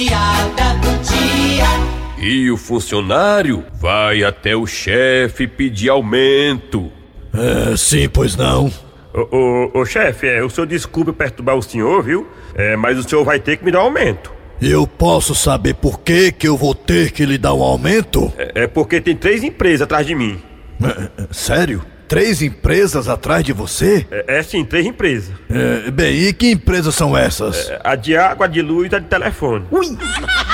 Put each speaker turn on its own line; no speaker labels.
piada do dia.
E o funcionário vai até o chefe pedir aumento.
É, sim, pois não.
Ô, ô, ô chefe, é, o senhor desculpe perturbar o senhor, viu? É, mas o senhor vai ter que me dar aumento.
Eu posso saber por que que eu vou ter que lhe dar um aumento?
É, é porque tem três empresas atrás de mim.
É, Sério? Três empresas atrás de você?
É, é sim, três empresas.
É, bem, e que empresas são essas?
A de água, a de luz e a de telefone.
Ui!